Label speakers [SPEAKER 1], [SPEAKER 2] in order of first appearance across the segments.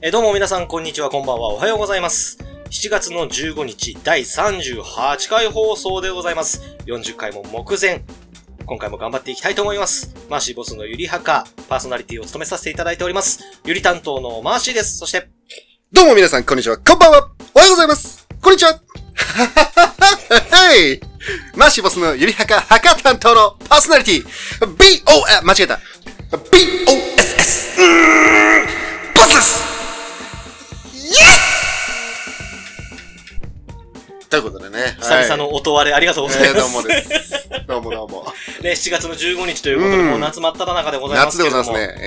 [SPEAKER 1] えーどうも皆さん、こんにちは、こんばんは、おはようございます。7月の15日、第38回放送でございます。40回も目前。今回も頑張っていきたいと思います。マーシーボスのゆりはか、パーソナリティを務めさせていただいております。ゆり担当のマーシーです。そして、
[SPEAKER 2] どうも皆さん、こんにちは。こんばんは。おはようございます。こんにちは。は はははははい。マーシーボスのゆりはか、はか担当のパーソナリティ。B、O、あ、間違えた。B、O、S、S。うーん。ボスです。イエーということでね。
[SPEAKER 1] 久々の音割れありがとうございます。
[SPEAKER 2] えーどうも です。どうもどうも。
[SPEAKER 1] ね、7月の15日ということで、
[SPEAKER 2] うん
[SPEAKER 1] もう夏真っ只中でございます
[SPEAKER 2] 夏
[SPEAKER 1] け
[SPEAKER 2] で
[SPEAKER 1] れ
[SPEAKER 2] ご
[SPEAKER 1] ど
[SPEAKER 2] ざ
[SPEAKER 1] も。
[SPEAKER 2] いますね。え
[SPEAKER 1] ね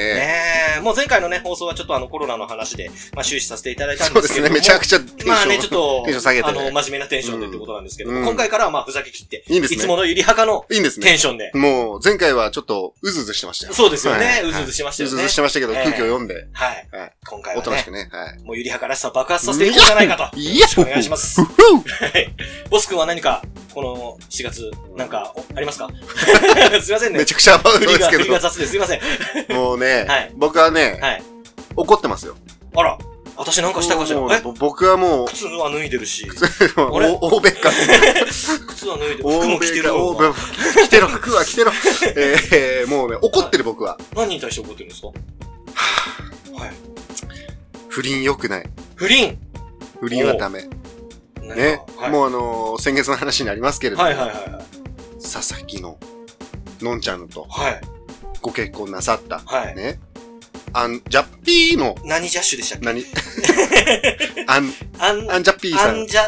[SPEAKER 1] え、もう前回のね、放送はちょっとあのコロナの話で、まあ終始させていただい
[SPEAKER 2] ー
[SPEAKER 1] たん
[SPEAKER 2] そ
[SPEAKER 1] で
[SPEAKER 2] うです
[SPEAKER 1] け
[SPEAKER 2] す
[SPEAKER 1] れ
[SPEAKER 2] ね。
[SPEAKER 1] ども。
[SPEAKER 2] めちゃくちゃテンション。
[SPEAKER 1] まあね、ちょっと、
[SPEAKER 2] テンション下げて
[SPEAKER 1] あ
[SPEAKER 2] ね
[SPEAKER 1] の、真面目なテンションでってことなんですけど、
[SPEAKER 2] うん
[SPEAKER 1] 今回からはまあふざけ切って、
[SPEAKER 2] いいんですね
[SPEAKER 1] つものゆりはかの
[SPEAKER 2] いいんです
[SPEAKER 1] テ
[SPEAKER 2] ね
[SPEAKER 1] ン。ションで。
[SPEAKER 2] もう、前回はちょっと、うずうずしてましたよ。
[SPEAKER 1] そうですよね
[SPEAKER 2] はい。
[SPEAKER 1] うずうずしましたよね
[SPEAKER 2] うずうずしてましたけど、
[SPEAKER 1] ええ
[SPEAKER 2] 空気を読んで、
[SPEAKER 1] はい。
[SPEAKER 2] はい
[SPEAKER 1] 今回
[SPEAKER 2] お
[SPEAKER 1] は
[SPEAKER 2] となしく
[SPEAKER 1] ね、
[SPEAKER 2] ね。はい。
[SPEAKER 1] もうゆりはからしさを爆発させていこうじゃないかと。
[SPEAKER 2] いや
[SPEAKER 1] お願いします
[SPEAKER 2] ふふう
[SPEAKER 1] ボス君は何か、この4月、なんか、おあります かすいませんね
[SPEAKER 2] め。ちゃくちゃアバウ
[SPEAKER 1] 振
[SPEAKER 2] トで
[SPEAKER 1] りが、
[SPEAKER 2] すけ
[SPEAKER 1] 振りが
[SPEAKER 2] ど、
[SPEAKER 1] 雑ですいません。
[SPEAKER 2] もうね
[SPEAKER 1] はい、
[SPEAKER 2] 僕はね、
[SPEAKER 1] はい。
[SPEAKER 2] 怒ってますよ。
[SPEAKER 1] あら、私なんかしたかしら。
[SPEAKER 2] もう
[SPEAKER 1] え
[SPEAKER 2] ぼ僕はもう、
[SPEAKER 1] 靴は脱いでるし、あれ
[SPEAKER 2] お欧米か。
[SPEAKER 1] 靴は脱いでる、 服
[SPEAKER 2] 欧
[SPEAKER 1] も着て
[SPEAKER 2] 米
[SPEAKER 1] る
[SPEAKER 2] か。
[SPEAKER 1] よ
[SPEAKER 2] 欧。米着てろ、服は着てろ。えーもうね、怒ってる僕は。
[SPEAKER 1] 何に対して怒ってるんですかはい。
[SPEAKER 2] 不倫良くない。
[SPEAKER 1] 不倫
[SPEAKER 2] 不倫はダメ。ね。
[SPEAKER 1] う。
[SPEAKER 2] もうあのー、先月の話になりますけれども
[SPEAKER 1] はい、はいはいはい。
[SPEAKER 2] 佐々木の、のんちゃんと
[SPEAKER 1] はい。
[SPEAKER 2] ご結婚なさった、
[SPEAKER 1] はい。
[SPEAKER 2] ね。あん、ジャッピーの、
[SPEAKER 1] 何ジャッシュでしたっけ
[SPEAKER 2] 何あん、
[SPEAKER 1] アン、
[SPEAKER 2] アンジャッピー
[SPEAKER 1] ア
[SPEAKER 2] さ
[SPEAKER 1] ン
[SPEAKER 2] ん。
[SPEAKER 1] ジャ、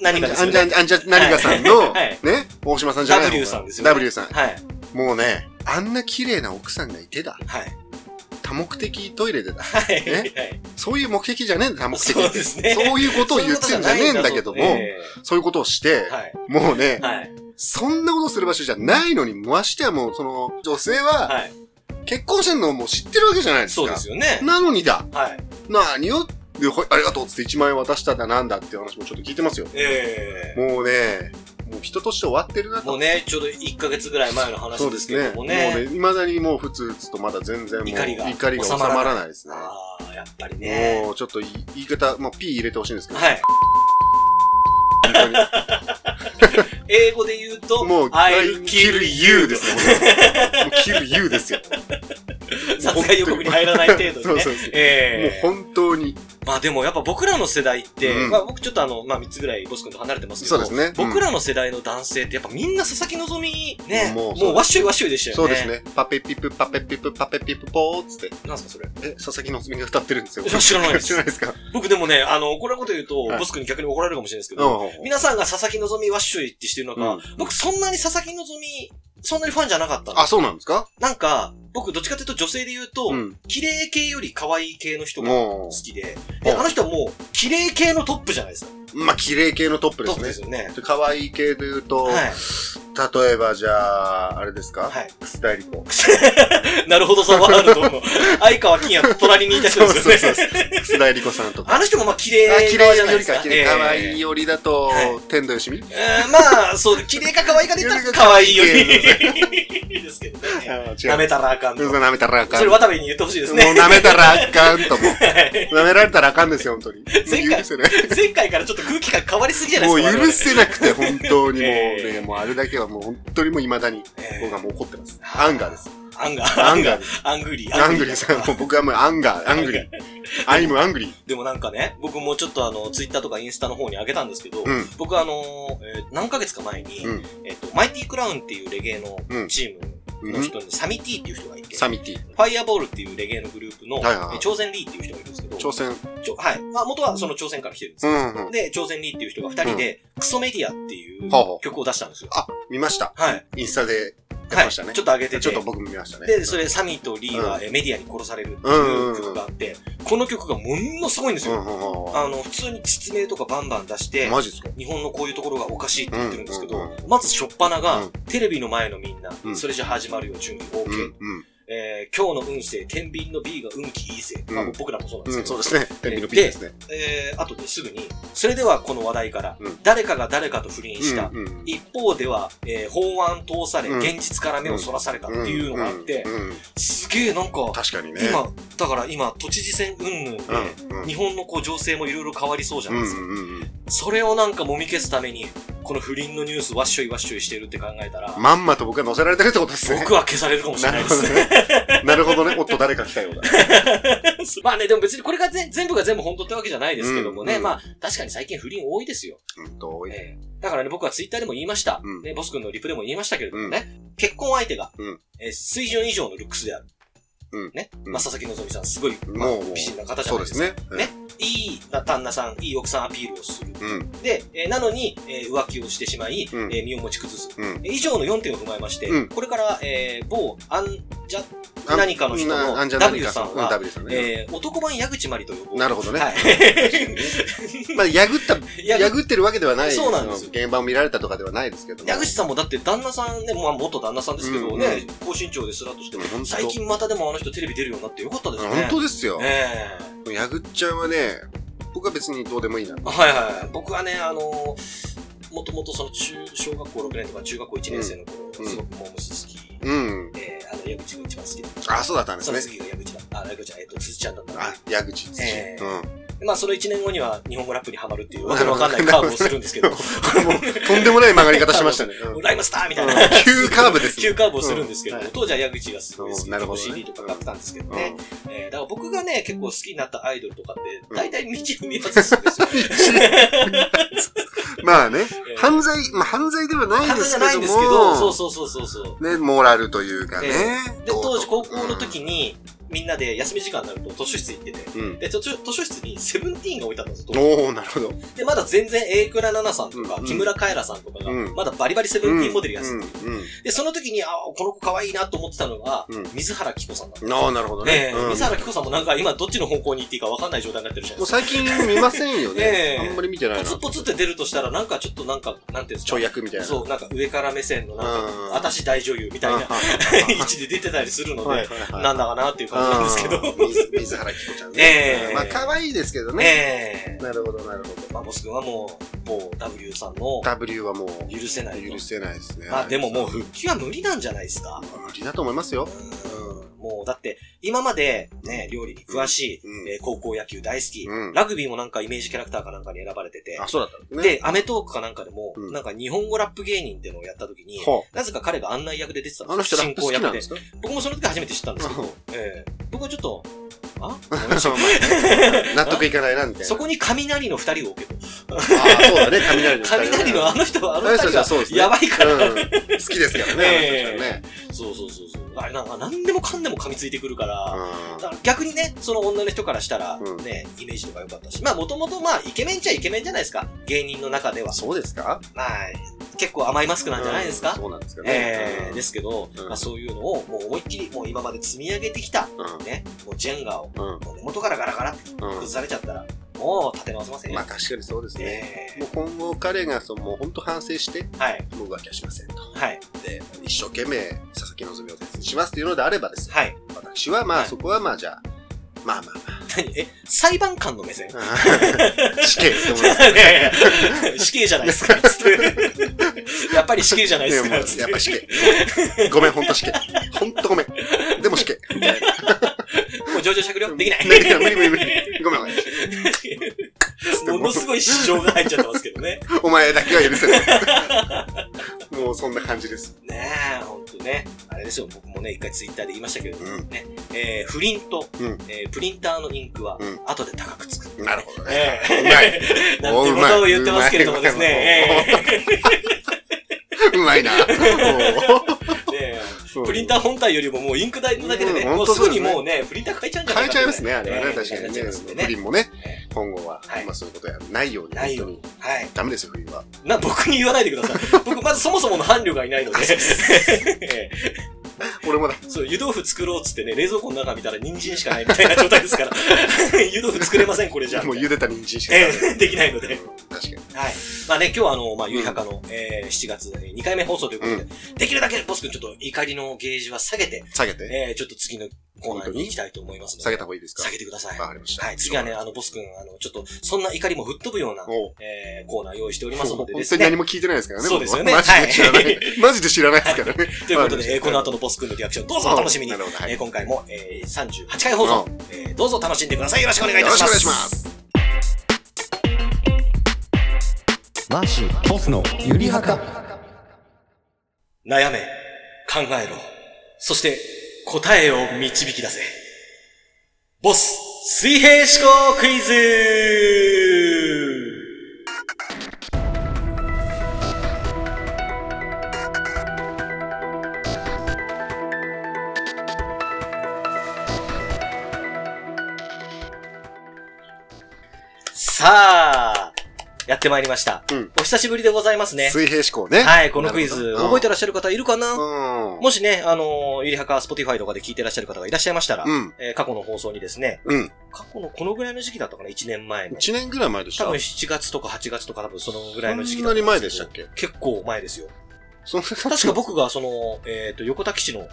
[SPEAKER 1] 何がです
[SPEAKER 2] ア
[SPEAKER 1] よ
[SPEAKER 2] ンジャ
[SPEAKER 1] ね。
[SPEAKER 2] ンジャンジャ何がさんの、
[SPEAKER 1] はい
[SPEAKER 2] ね、大島さんじゃない方が
[SPEAKER 1] W さんですよね
[SPEAKER 2] W さん。
[SPEAKER 1] はい。
[SPEAKER 2] もうね、あんな綺麗な奥さんがいてだ。
[SPEAKER 1] はい。
[SPEAKER 2] 多目的トイレでだ。
[SPEAKER 1] はい。
[SPEAKER 2] ね
[SPEAKER 1] はい。
[SPEAKER 2] そういう目的じゃねえんだ、多目的
[SPEAKER 1] そう
[SPEAKER 2] っ
[SPEAKER 1] で
[SPEAKER 2] て。
[SPEAKER 1] すね。
[SPEAKER 2] そういうことを言ってんじゃねえんだけども、
[SPEAKER 1] そういう
[SPEAKER 2] そういうことをして
[SPEAKER 1] ことじゃないんだぞええ、はい。
[SPEAKER 2] もうね、
[SPEAKER 1] はい。
[SPEAKER 2] そんなことする場所じゃないのに、ましてはもう、その、女性は、
[SPEAKER 1] はい。
[SPEAKER 2] 結婚してんのをもう知ってるわけじゃないですか。
[SPEAKER 1] そうですよね。
[SPEAKER 2] なのにだ。
[SPEAKER 1] はい。
[SPEAKER 2] 何を、でほいありがとうっつって1万円渡しただなんだっていう話もちょっと聞いてますよ。
[SPEAKER 1] ええ。
[SPEAKER 2] もうね、もう人として終わってるなと
[SPEAKER 1] もうね、ちょうど1ヶ月ぐらい前の
[SPEAKER 2] そ
[SPEAKER 1] 話
[SPEAKER 2] うで
[SPEAKER 1] です
[SPEAKER 2] す
[SPEAKER 1] けど
[SPEAKER 2] ね。も
[SPEAKER 1] も
[SPEAKER 2] う
[SPEAKER 1] ね
[SPEAKER 2] ね、。未だにもうふつふつとまだ全然もう
[SPEAKER 1] 怒りが
[SPEAKER 2] 怒りが収まらないですね。
[SPEAKER 1] ああ、やっぱりね。
[SPEAKER 2] もうちょっとい言い方、もう P 入れてほしいんですけど、
[SPEAKER 1] はい。
[SPEAKER 2] 本当に
[SPEAKER 1] 英語で言うと、
[SPEAKER 2] もう、
[SPEAKER 1] I'll kill you
[SPEAKER 2] で
[SPEAKER 1] ですす
[SPEAKER 2] ね
[SPEAKER 1] ね。。
[SPEAKER 2] もう kill you ですよ。
[SPEAKER 1] 殺害予告に入らない程度
[SPEAKER 2] そ
[SPEAKER 1] に
[SPEAKER 2] う
[SPEAKER 1] ね
[SPEAKER 2] そう。そう。
[SPEAKER 1] ええ
[SPEAKER 2] もう本当に、
[SPEAKER 1] まあでもやっぱ僕らの世代って、
[SPEAKER 2] うん
[SPEAKER 1] まあ僕ちょっとあの、まあ3つぐらいボス君と離れてますけど、
[SPEAKER 2] そうですねうん
[SPEAKER 1] 僕らの世代の男性ってやっぱみんな佐々木希ね、
[SPEAKER 2] も
[SPEAKER 1] も
[SPEAKER 2] う
[SPEAKER 1] う
[SPEAKER 2] そう
[SPEAKER 1] わっしょいわっしょいでしたよね。
[SPEAKER 2] そうです。ね。パペピプ、パペピプ、パペピプポーっつって、
[SPEAKER 1] なんすかそれ。
[SPEAKER 2] え、佐々木希が歌ってるんですよ。
[SPEAKER 1] いや知らないです
[SPEAKER 2] 知らないですか。
[SPEAKER 1] 僕でもね、あの、これのこと言うと、
[SPEAKER 2] はい
[SPEAKER 1] ボス君に逆に怒られるかもしれないですけ
[SPEAKER 2] う
[SPEAKER 1] ど、
[SPEAKER 2] ん。
[SPEAKER 1] 皆さんが佐々木希わっしょいってしてる中、
[SPEAKER 2] うん
[SPEAKER 1] 僕そんなに佐々木希、そんなにファンじゃなかったんで
[SPEAKER 2] あ、
[SPEAKER 1] す
[SPEAKER 2] そうなんですか
[SPEAKER 1] なんか、僕どっちかというと女性で言うと、
[SPEAKER 2] うん。
[SPEAKER 1] 綺麗系より可愛い系の人が
[SPEAKER 2] も
[SPEAKER 1] 好きで、で、
[SPEAKER 2] うん
[SPEAKER 1] あの人はもう綺麗系のトップじゃないですか。
[SPEAKER 2] う、まあ、綺麗系のトップで
[SPEAKER 1] トップですす
[SPEAKER 2] ね。
[SPEAKER 1] よね。
[SPEAKER 2] 可愛い系で言うと、
[SPEAKER 1] はい。
[SPEAKER 2] 例えばじゃあ、あれですか
[SPEAKER 1] はい。
[SPEAKER 2] 楠田絵理子。
[SPEAKER 1] なるほど、そう、ワールド の。相川金也と隣にいた人ですよね。
[SPEAKER 2] そうそう楠田絵理子さんと か。
[SPEAKER 1] あの人もまあ、綺麗
[SPEAKER 2] あ、綺
[SPEAKER 1] 側じゃ
[SPEAKER 2] 麗
[SPEAKER 1] ないで
[SPEAKER 2] より
[SPEAKER 1] すか。
[SPEAKER 2] か、綺麗。可愛い
[SPEAKER 1] よ。
[SPEAKER 2] よりだと
[SPEAKER 1] は、
[SPEAKER 2] 天童よしみ
[SPEAKER 1] えーまあ、そう、綺麗か可愛いかで言ったら可愛いよ り。ですけどね。
[SPEAKER 2] あ違
[SPEAKER 1] 舐
[SPEAKER 2] う。
[SPEAKER 1] めたらあかんと。
[SPEAKER 2] 舐めたらあかん。
[SPEAKER 1] それ渡部に言ってほしいです
[SPEAKER 2] もう
[SPEAKER 1] ね。
[SPEAKER 2] 舐めたらあかん とも。
[SPEAKER 1] はい
[SPEAKER 2] 舐められたらあかんですよ、本当に。
[SPEAKER 1] 前
[SPEAKER 2] もう
[SPEAKER 1] 回
[SPEAKER 2] 許せない。
[SPEAKER 1] 前回からちょっと空気感変わりすぎじゃない
[SPEAKER 2] も
[SPEAKER 1] で
[SPEAKER 2] う
[SPEAKER 1] すか。
[SPEAKER 2] 許せなくて、本当にもう
[SPEAKER 1] え
[SPEAKER 2] ね、もうあれだけはもう本当にもう未だに
[SPEAKER 1] 我々
[SPEAKER 2] 僕は
[SPEAKER 1] ね
[SPEAKER 2] もう怒ってます。アンガーです。
[SPEAKER 1] アンガー。
[SPEAKER 2] アンガーです。
[SPEAKER 1] ー。アングリー。
[SPEAKER 2] アングリーさん、もう僕はもうアンガー、アングリー。アイムアングリー。
[SPEAKER 1] でもなんかね、僕もちょっとあの、ツイッターとかインスタの方に上げたんですけど、
[SPEAKER 2] うん
[SPEAKER 1] 僕あのー、えー何ヶ月か前に、
[SPEAKER 2] うん
[SPEAKER 1] えっと、マイティクラウンっていうレゲエ
[SPEAKER 2] うん
[SPEAKER 1] のチームの人に、サミティっていう人がいて、
[SPEAKER 2] サミティ。
[SPEAKER 1] ファイアボールっていうレゲエのグループの、
[SPEAKER 2] はいはいはい
[SPEAKER 1] え朝鮮リーっていう人がいるんですけど、
[SPEAKER 2] 挑戦。
[SPEAKER 1] ちょはい。まあ、元はその朝鮮から来てるんです
[SPEAKER 2] う
[SPEAKER 1] よ
[SPEAKER 2] んうん。
[SPEAKER 1] で、朝鮮リーっていう人が二人で、クソメディアっていう
[SPEAKER 2] はあはあ
[SPEAKER 1] 曲を出したんですよ。
[SPEAKER 2] あ、見ました。
[SPEAKER 1] はい。
[SPEAKER 2] インスタでや
[SPEAKER 1] は
[SPEAKER 2] り
[SPEAKER 1] い。
[SPEAKER 2] まし
[SPEAKER 1] ち
[SPEAKER 2] た
[SPEAKER 1] ょ
[SPEAKER 2] ね。
[SPEAKER 1] っと上げてて。
[SPEAKER 2] ちょっと僕も見ましたね。
[SPEAKER 1] で、それ、サミとリーは、
[SPEAKER 2] うん
[SPEAKER 1] えメディアに殺されるっていう曲があって、この曲がものすごいんです
[SPEAKER 2] うん
[SPEAKER 1] よ。
[SPEAKER 2] うんうん
[SPEAKER 1] あの、普通に説明とかバンバン出して、
[SPEAKER 2] マジですか
[SPEAKER 1] 日本のこういうところがおかしいって言ってるんですけど、
[SPEAKER 2] うんうん
[SPEAKER 1] まず初っ端が、
[SPEAKER 2] うん
[SPEAKER 1] テレビの前のみんな、
[SPEAKER 2] うん
[SPEAKER 1] それじゃ始まるよ、準備
[SPEAKER 2] うん
[SPEAKER 1] OK、
[SPEAKER 2] うん。
[SPEAKER 1] えー今日の運勢、天秤の B が運気いいぜ。まあ
[SPEAKER 2] うん
[SPEAKER 1] 僕らもそうなんで
[SPEAKER 2] う
[SPEAKER 1] す
[SPEAKER 2] ん、
[SPEAKER 1] け
[SPEAKER 2] そ
[SPEAKER 1] ど、
[SPEAKER 2] うですね。天秤の P ですね。
[SPEAKER 1] えー、あとですぐに、それではこの話題から、
[SPEAKER 2] うん
[SPEAKER 1] 誰かが誰かと不倫した、
[SPEAKER 2] うんうん
[SPEAKER 1] 一方では、えー法案通され、
[SPEAKER 2] うん
[SPEAKER 1] 現実から目をそらされたっていうのがあって、
[SPEAKER 2] うんうん
[SPEAKER 1] すげえなんか、
[SPEAKER 2] 確かにね。
[SPEAKER 1] 今、だから今、都知事選云々で、
[SPEAKER 2] うん、うん
[SPEAKER 1] 日本のこう情勢もいろいろ変わりそうじゃ
[SPEAKER 2] う
[SPEAKER 1] ない
[SPEAKER 2] ん
[SPEAKER 1] ですか。
[SPEAKER 2] うんうん
[SPEAKER 1] それをなんか揉み消すために、この不倫のニュースわっしょいわっしょいしてるって考えたら、
[SPEAKER 2] まんまと僕が乗せられてるってことですね。
[SPEAKER 1] 僕は消されるかもしれ
[SPEAKER 2] な
[SPEAKER 1] ない
[SPEAKER 2] る
[SPEAKER 1] で
[SPEAKER 2] ほど
[SPEAKER 1] すね。
[SPEAKER 2] ね。なるほどね。おっと、誰か来たようだ。
[SPEAKER 1] まあね、でも別にこれがぜ全部が全部本当ってわけじゃないですけどもね、
[SPEAKER 2] うんうん
[SPEAKER 1] まあ確かに最近不倫多いですよ。
[SPEAKER 2] うんと、多い
[SPEAKER 1] ええだからね、僕はツイッターでも言いました。
[SPEAKER 2] うん
[SPEAKER 1] ね、ボス君のリプでも言いましたけれどもね、結婚相手が、
[SPEAKER 2] うん
[SPEAKER 1] えー水準以上のルックスである。
[SPEAKER 2] うん
[SPEAKER 1] ね、
[SPEAKER 2] うん
[SPEAKER 1] まあ、佐々木希さん、すごい、まあ
[SPEAKER 2] もう、
[SPEAKER 1] 美人な方じゃ
[SPEAKER 2] そう
[SPEAKER 1] ない
[SPEAKER 2] で
[SPEAKER 1] です
[SPEAKER 2] す
[SPEAKER 1] か。
[SPEAKER 2] ね。
[SPEAKER 1] ねいい旦那さん、いい奥さんアピールをする。
[SPEAKER 2] うん。
[SPEAKER 1] で、えーなのに、えー浮気をしてしまい、
[SPEAKER 2] うん
[SPEAKER 1] えー身を持ち崩す。
[SPEAKER 2] うん。
[SPEAKER 1] 以上の4点を踏まえまして、
[SPEAKER 2] うん
[SPEAKER 1] これから、えー某アンジャ
[SPEAKER 2] あ
[SPEAKER 1] 何かの人の
[SPEAKER 2] なあんじゃ何
[SPEAKER 1] W
[SPEAKER 2] か
[SPEAKER 1] さん
[SPEAKER 2] うん
[SPEAKER 1] は、
[SPEAKER 2] W さんね。
[SPEAKER 1] えー男版矢口まりと呼ぼう。
[SPEAKER 2] なるほどね
[SPEAKER 1] はい。
[SPEAKER 2] まあ、やぐった、
[SPEAKER 1] 矢口
[SPEAKER 2] やぐってるわけではない。
[SPEAKER 1] そうなんですよ
[SPEAKER 2] 現場を見られたとかではないですけども。
[SPEAKER 1] 矢口さんもだって旦那さんね、まあ元旦那さんですけどね、
[SPEAKER 2] うんうん
[SPEAKER 1] 高身長ですらとして
[SPEAKER 2] うん本、当
[SPEAKER 1] 最近またでもあの人テレビ出るようになってよかったですね。
[SPEAKER 2] 本当ですよ。
[SPEAKER 1] え
[SPEAKER 2] やぐっちゃんはね、僕は別にどうでもいいな。
[SPEAKER 1] えはいはいはい。僕はね、あのもともとその中、小学校6年とか中学校1年生の頃、
[SPEAKER 2] うん
[SPEAKER 1] すごくモームス好き。
[SPEAKER 2] うん。
[SPEAKER 1] ええあの、矢口が一番好きだった。
[SPEAKER 2] あ、そうだったんで
[SPEAKER 1] そ
[SPEAKER 2] す
[SPEAKER 1] の
[SPEAKER 2] ね。
[SPEAKER 1] 次が矢口だった。あ、矢口じゃないえっと、鈴ちゃんだったんで
[SPEAKER 2] あ、矢口です
[SPEAKER 1] ええ
[SPEAKER 2] うん。
[SPEAKER 1] でまあ、その1年後には日本語ラップにはまるっていう、わけのわかんないカーブをするんですけど、
[SPEAKER 2] もう、とんでもない曲がり方しましたね。うん
[SPEAKER 1] ライムスターみたいな。
[SPEAKER 2] 急カーブですね。
[SPEAKER 1] 急カーブをするんですけど、
[SPEAKER 2] うんはい
[SPEAKER 1] 当時は矢口がすごい好き
[SPEAKER 2] うんな
[SPEAKER 1] で、
[SPEAKER 2] るほどね
[SPEAKER 1] CD とか買ってたんですけど
[SPEAKER 2] うん
[SPEAKER 1] ね。えーだから僕がね、結構好きになったアイドルとかって、
[SPEAKER 2] うん
[SPEAKER 1] 大体道踏み外すんですよ。
[SPEAKER 2] まあね、
[SPEAKER 1] えー
[SPEAKER 2] 犯罪、まあ犯罪ではない
[SPEAKER 1] 犯
[SPEAKER 2] で
[SPEAKER 1] 罪じ
[SPEAKER 2] す
[SPEAKER 1] ゃ
[SPEAKER 2] け
[SPEAKER 1] ないん
[SPEAKER 2] ど
[SPEAKER 1] ですけど、そう
[SPEAKER 2] も、
[SPEAKER 1] そうそうそうそう。
[SPEAKER 2] ね、モラルというかね。
[SPEAKER 1] で、当時高校の
[SPEAKER 2] に
[SPEAKER 1] 時に、みんなで休み時間になると図書室行ってて、
[SPEAKER 2] うん。
[SPEAKER 1] で、図書図書室にセブンティーンが置いてあったんですよ当時。
[SPEAKER 2] おおなるほど。
[SPEAKER 1] で、まだ全然、榮倉奈々さんとか
[SPEAKER 2] う、ん
[SPEAKER 1] 木村カエラさんとかが、
[SPEAKER 2] うん
[SPEAKER 1] まだバリバリセブンティーンモデルやってた
[SPEAKER 2] うん。
[SPEAKER 1] で、その時に、あーこの子可愛いなと思ってたのが、
[SPEAKER 2] うん
[SPEAKER 1] 水原希子さんだったん
[SPEAKER 2] う
[SPEAKER 1] で
[SPEAKER 2] ん。
[SPEAKER 1] すよ
[SPEAKER 2] ああ、なるほどね
[SPEAKER 1] え。え
[SPEAKER 2] うん
[SPEAKER 1] 水原希子さんもなんか今どっちの方向に行っていいか分かんない状態になってるじゃない
[SPEAKER 2] もう
[SPEAKER 1] です
[SPEAKER 2] 最近見ませんよ
[SPEAKER 1] え
[SPEAKER 2] ね。
[SPEAKER 1] え
[SPEAKER 2] あんまり見てな
[SPEAKER 1] か。
[SPEAKER 2] いな
[SPEAKER 1] ポ。ツポツって出るとしたら、なんかちょっとなんか、なんていうんです
[SPEAKER 2] ち
[SPEAKER 1] か
[SPEAKER 2] ょい。役みたいな。
[SPEAKER 1] そう、なんか上から目線のなんか、
[SPEAKER 2] うん
[SPEAKER 1] 私大女優みたい
[SPEAKER 2] あ
[SPEAKER 1] な
[SPEAKER 2] は
[SPEAKER 1] 位置で出てたりするので、
[SPEAKER 2] はいはいはい
[SPEAKER 1] なんだかなっていう感じなんですけど。
[SPEAKER 2] うん水水原希子ちゃん
[SPEAKER 1] え
[SPEAKER 2] ね
[SPEAKER 1] え。
[SPEAKER 2] まあ、可愛いですけどね。
[SPEAKER 1] ええ
[SPEAKER 2] なるほど、なるほど。
[SPEAKER 1] まあ、ボス君はもう、某 W さんの
[SPEAKER 2] W はもう、
[SPEAKER 1] 許せないと
[SPEAKER 2] 許。せないですね。
[SPEAKER 1] まあでももう復帰は無理なんじゃないですか。
[SPEAKER 2] 無理だと思いますよ。
[SPEAKER 1] うんもうだって、今までね、料理に詳しい、
[SPEAKER 2] うん
[SPEAKER 1] えー高校野球大好き、
[SPEAKER 2] うん
[SPEAKER 1] ラグビーもなんかイメージキャラクターかなんかに選ばれてて、
[SPEAKER 2] あ、そうだったんですね。
[SPEAKER 1] で、アメトーークかなんかでも、
[SPEAKER 2] うん
[SPEAKER 1] なんか日本語ラップ芸人っていうのをやった時に、
[SPEAKER 2] ほ
[SPEAKER 1] なぜか彼が案内役で出てた
[SPEAKER 2] うあの人ラップ好きなんですか
[SPEAKER 1] 僕もその時初めて知ったんですけど、
[SPEAKER 2] うん
[SPEAKER 1] ええ僕はちょっと、あ
[SPEAKER 2] 納得いかないな、みたいな。
[SPEAKER 1] そこに雷の二人を置けと。
[SPEAKER 2] ああ、そうだね、雷の二人ね
[SPEAKER 1] 雷のあの人は、あの二
[SPEAKER 2] あの人
[SPEAKER 1] 人
[SPEAKER 2] た
[SPEAKER 1] は
[SPEAKER 2] ちはそうです、ね
[SPEAKER 1] やばいから。
[SPEAKER 2] うん、好きですからね、
[SPEAKER 1] ええ
[SPEAKER 2] あの人たちはね
[SPEAKER 1] そうそうそうそう。あれなんか何でもかんでも噛みついてくるから、
[SPEAKER 2] うん
[SPEAKER 1] だから逆にね、その女の人からしたら、
[SPEAKER 2] うん
[SPEAKER 1] ね、イメージとか良かったし、まあもともとまあイケメンっちゃイケメンじゃないですか。芸人の中では。
[SPEAKER 2] そうですか
[SPEAKER 1] まあ、結構甘いマスクなんじゃないですか。
[SPEAKER 2] うんそうなんですかね。
[SPEAKER 1] ええ
[SPEAKER 2] うん
[SPEAKER 1] ですけど、
[SPEAKER 2] うん
[SPEAKER 1] まあ、そういうのをもう思いっきりもう今まで積み上げてきた、
[SPEAKER 2] う
[SPEAKER 1] ね、もうジェンガを
[SPEAKER 2] ん。うん
[SPEAKER 1] もう根元からガラガラって
[SPEAKER 2] うん
[SPEAKER 1] 崩されちゃったら、もう立て直せませんよ。
[SPEAKER 2] まあ確かにそうですね。
[SPEAKER 1] ええ
[SPEAKER 2] もう今後彼がそのもう本当反省して、
[SPEAKER 1] はい、
[SPEAKER 2] もう浮気はしませんと。
[SPEAKER 1] はい、
[SPEAKER 2] で、一生懸命佐々木希を大切にしますっていうのであればですよ。
[SPEAKER 1] はい。
[SPEAKER 2] 私はま
[SPEAKER 1] は
[SPEAKER 2] あ
[SPEAKER 1] い
[SPEAKER 2] そこはまあじゃあ、まあまあ
[SPEAKER 1] 何え、裁判官の目線
[SPEAKER 2] まあ。死刑って思います
[SPEAKER 1] いやいや 死刑じゃない ですか、つって。やっぱ り死刑じゃないです
[SPEAKER 2] ねも
[SPEAKER 1] か、
[SPEAKER 2] う
[SPEAKER 1] つ
[SPEAKER 2] や
[SPEAKER 1] っ
[SPEAKER 2] っぱ死刑。ごめん、ほんと死刑。ほんとごめん。でも死刑。みたいな
[SPEAKER 1] て。もう上場酌量できない。
[SPEAKER 2] 無理無理無理無理。ごめんごめん。
[SPEAKER 1] ものすごい市場が入っちゃってますけどね。
[SPEAKER 2] お前だけは許 せない。もうそんな感じです。
[SPEAKER 1] ねえ、ほんとね。あれですよ、僕もね、一回ツイッターで言いましたけれども、
[SPEAKER 2] う
[SPEAKER 1] ね、えー、不倫と、
[SPEAKER 2] うん
[SPEAKER 1] えープリンターのインクは
[SPEAKER 2] うん、
[SPEAKER 1] 後で高くつく。
[SPEAKER 2] なるほどね。
[SPEAKER 1] ええ
[SPEAKER 2] うまい。
[SPEAKER 1] なんてことを言ってますけれどもですね。え
[SPEAKER 2] うま いな。
[SPEAKER 1] えね えプリン
[SPEAKER 2] ター
[SPEAKER 1] ター本体よりももうインク代のだけでね、
[SPEAKER 2] うん
[SPEAKER 1] もう
[SPEAKER 2] 本
[SPEAKER 1] す
[SPEAKER 2] 当
[SPEAKER 1] ぐ
[SPEAKER 2] そうで
[SPEAKER 1] に
[SPEAKER 2] すね
[SPEAKER 1] もうね、プリンター変えちゃうんじゃな
[SPEAKER 2] 変
[SPEAKER 1] い
[SPEAKER 2] え
[SPEAKER 1] か
[SPEAKER 2] ちゃいますね、あれはね。確か
[SPEAKER 1] ええ
[SPEAKER 2] に
[SPEAKER 1] 変えちゃいますんで
[SPEAKER 2] ね。
[SPEAKER 1] ね
[SPEAKER 2] 不倫もね
[SPEAKER 1] え、
[SPEAKER 2] 今後は
[SPEAKER 1] はい、
[SPEAKER 2] まあそういうことやないように。
[SPEAKER 1] ないよう
[SPEAKER 2] に。
[SPEAKER 1] はい。
[SPEAKER 2] ダメですよ、不倫は。
[SPEAKER 1] な、僕に言わないでくださ い。僕、まずそもそもの伴侶がいないので。 ええ
[SPEAKER 2] 俺もだ。
[SPEAKER 1] そう、湯豆腐作ろうっつってね、冷蔵庫の中見たら人参しかないみたいな状態ですから。湯豆腐作れません、これじゃあ。
[SPEAKER 2] もう茹でた人参しか
[SPEAKER 1] え
[SPEAKER 2] 食べない
[SPEAKER 1] えできないので。
[SPEAKER 2] うん確かに。
[SPEAKER 1] はい。はい。まあね、今日はあの、まあ、ゆいはかの、えー、7月2回目放送ということで、できるだけ、ボス君ちょっと怒りのゲージは下げて、
[SPEAKER 2] 下げて。
[SPEAKER 1] えー、ちょっと次のコーナーに行きたいと思いますので。
[SPEAKER 2] 下げた方がいいですか
[SPEAKER 1] 下げてください。
[SPEAKER 2] わかりました。
[SPEAKER 1] はい。次はね、あの、ボス君、あの、ちょっと、そんな怒りも吹っ飛ぶような、
[SPEAKER 2] おう。
[SPEAKER 1] えー、コーナー用意しておりますのでで
[SPEAKER 2] 本
[SPEAKER 1] す
[SPEAKER 2] 当に何
[SPEAKER 1] ね。
[SPEAKER 2] も聞いてないですからね。
[SPEAKER 1] そうですよね
[SPEAKER 2] 僕はマジで知らない。
[SPEAKER 1] はい
[SPEAKER 2] マジで知らないですからね。
[SPEAKER 1] ということ
[SPEAKER 2] わかりまし
[SPEAKER 1] で、えー
[SPEAKER 2] た
[SPEAKER 1] この後のボス君のリアクション、どうぞお楽しみに。
[SPEAKER 2] なるほど。は
[SPEAKER 1] えー
[SPEAKER 2] い。よ
[SPEAKER 1] 今回も、えー、38回放送、えーどうぞ楽しんでください。よろしくお願いいた
[SPEAKER 2] ろ
[SPEAKER 1] し
[SPEAKER 2] しく
[SPEAKER 1] ま
[SPEAKER 2] お願
[SPEAKER 1] す。
[SPEAKER 2] いします。
[SPEAKER 3] マーシーボスのゆりはか
[SPEAKER 1] 悩め、考えろ、そして答えを導き出せ。ボス、水平思考クイズさあ、やってまいりました。
[SPEAKER 2] うん
[SPEAKER 1] お久しぶりでございますね。
[SPEAKER 2] 水平思考ね。
[SPEAKER 1] はい、このクイズ、覚えて
[SPEAKER 2] ら
[SPEAKER 1] らっしゃる方いるかな、
[SPEAKER 2] うん。
[SPEAKER 1] もしね、あのー、ゆりはか、スポティファイとかで聞いてらっしゃる方がいらっしゃいましたら、
[SPEAKER 2] うん。
[SPEAKER 1] えー過去の放送にですね、
[SPEAKER 2] うん。
[SPEAKER 1] 過去のこのぐらいの時期だったかな ?1 年前の。
[SPEAKER 2] 1年ぐらい前でし
[SPEAKER 1] 多
[SPEAKER 2] た。
[SPEAKER 1] 分7月とか8月とか多分そのぐらいの時期
[SPEAKER 2] そんなに前でし
[SPEAKER 1] す
[SPEAKER 2] た
[SPEAKER 1] よ
[SPEAKER 2] っけ
[SPEAKER 1] 結構前ですよ。
[SPEAKER 2] そんな確
[SPEAKER 1] 確か僕がその、えっ、と、横田基地の、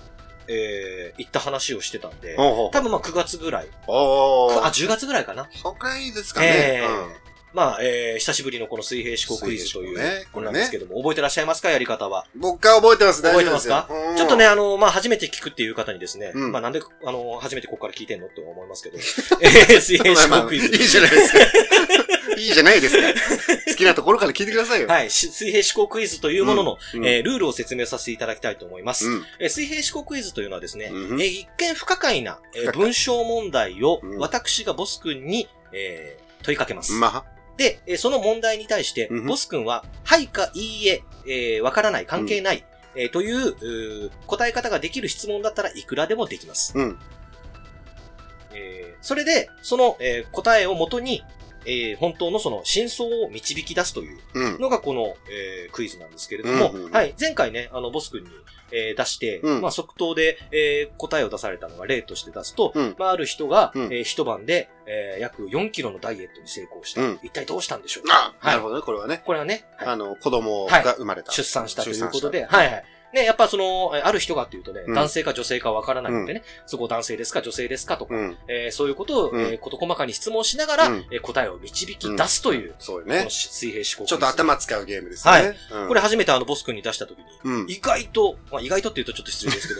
[SPEAKER 1] えー、行った話をしてたんで、
[SPEAKER 2] おうおう
[SPEAKER 1] 多分まあ9月ぐらい、
[SPEAKER 2] お
[SPEAKER 1] あ、
[SPEAKER 2] ー。
[SPEAKER 1] 10月ぐらいかな。
[SPEAKER 2] そんくらいですかね
[SPEAKER 1] え。えまあ、えー、久しぶりのこの水平思考クイズとい
[SPEAKER 2] 水平思考
[SPEAKER 1] うも
[SPEAKER 2] ね
[SPEAKER 1] のなんですけども、覚えてらっしゃいますかやり方は。
[SPEAKER 2] うん僕は覚えてます。大
[SPEAKER 1] 覚えて
[SPEAKER 2] 丈夫
[SPEAKER 1] ま
[SPEAKER 2] ですす
[SPEAKER 1] か
[SPEAKER 2] よ。
[SPEAKER 1] ちょっとね、 あの、まあ、初めて聞くっていう方にですね、
[SPEAKER 2] うん
[SPEAKER 1] まあ、なんで、あの、初めてここから聞いてんのって思います けど、えー、水
[SPEAKER 2] うん。
[SPEAKER 1] 平
[SPEAKER 2] まあま
[SPEAKER 1] 思考
[SPEAKER 2] あ
[SPEAKER 1] ク
[SPEAKER 2] い
[SPEAKER 1] イ
[SPEAKER 2] い
[SPEAKER 1] ズ。
[SPEAKER 2] じゃないですか。 いいじゃないですか。好きなところから聞いてくださいよ。
[SPEAKER 1] はい、し水平思考クイズというものの、
[SPEAKER 2] うん
[SPEAKER 1] えールールを説明させていただきたいと思います。
[SPEAKER 2] うん。
[SPEAKER 1] えー水平思考クイズというのはですね、
[SPEAKER 2] うん
[SPEAKER 1] えー一見不可解な、えー
[SPEAKER 2] 不可解
[SPEAKER 1] 文章問題を
[SPEAKER 2] うん
[SPEAKER 1] 私がボス君に、えー問いかけます。
[SPEAKER 2] まあ、
[SPEAKER 1] で、えーその問題に対して、
[SPEAKER 2] うん
[SPEAKER 1] ボス君は、はいかいいえ、えーわからない、関係ない、えーといううー答え方ができる質問だったらいくらでもできます。
[SPEAKER 2] うん。
[SPEAKER 1] えーそれで、その、えー答えをもとに、えー本当のその真相を導き出すという
[SPEAKER 2] うん。
[SPEAKER 1] のがこの、えークイズなんですけれども、
[SPEAKER 2] うんうんうん
[SPEAKER 1] はい、前回ね、あの、ボス君に、えー出して、
[SPEAKER 2] うん
[SPEAKER 1] まあ、即答で、えー答えを出されたのが例として出すと、
[SPEAKER 2] うん
[SPEAKER 1] まあ、ある人が、
[SPEAKER 2] うん
[SPEAKER 1] えー一晩で、えー約4キロのダイエットに成功した。
[SPEAKER 2] うん
[SPEAKER 1] 一体どうしたんでしょう
[SPEAKER 2] あ
[SPEAKER 1] はい
[SPEAKER 2] なるほどね、これはね。
[SPEAKER 1] これはね、はい
[SPEAKER 2] あの、子供が生まれた。
[SPEAKER 1] 出産したということで、
[SPEAKER 2] 出
[SPEAKER 1] はいはい。ね、やっぱその、えーある人がっていうとね、
[SPEAKER 2] うん
[SPEAKER 1] 男性か女性かわからないのでね、そこ男性ですか女性ですかとか、
[SPEAKER 2] うん。
[SPEAKER 1] えーそういうことを、
[SPEAKER 2] うん
[SPEAKER 1] えーこと細かに質問しながら、
[SPEAKER 2] うん
[SPEAKER 1] えー答えを導き出すという、
[SPEAKER 2] そうよ
[SPEAKER 1] こ
[SPEAKER 2] ね
[SPEAKER 1] の。水平思考。
[SPEAKER 2] ちょっと。頭使うゲームですよね。うん
[SPEAKER 1] これ、初めてあの、ボス君に出したときに、
[SPEAKER 2] うん。
[SPEAKER 1] 意外と、まあ、意外とって言うとちょっと失礼ですけ ど、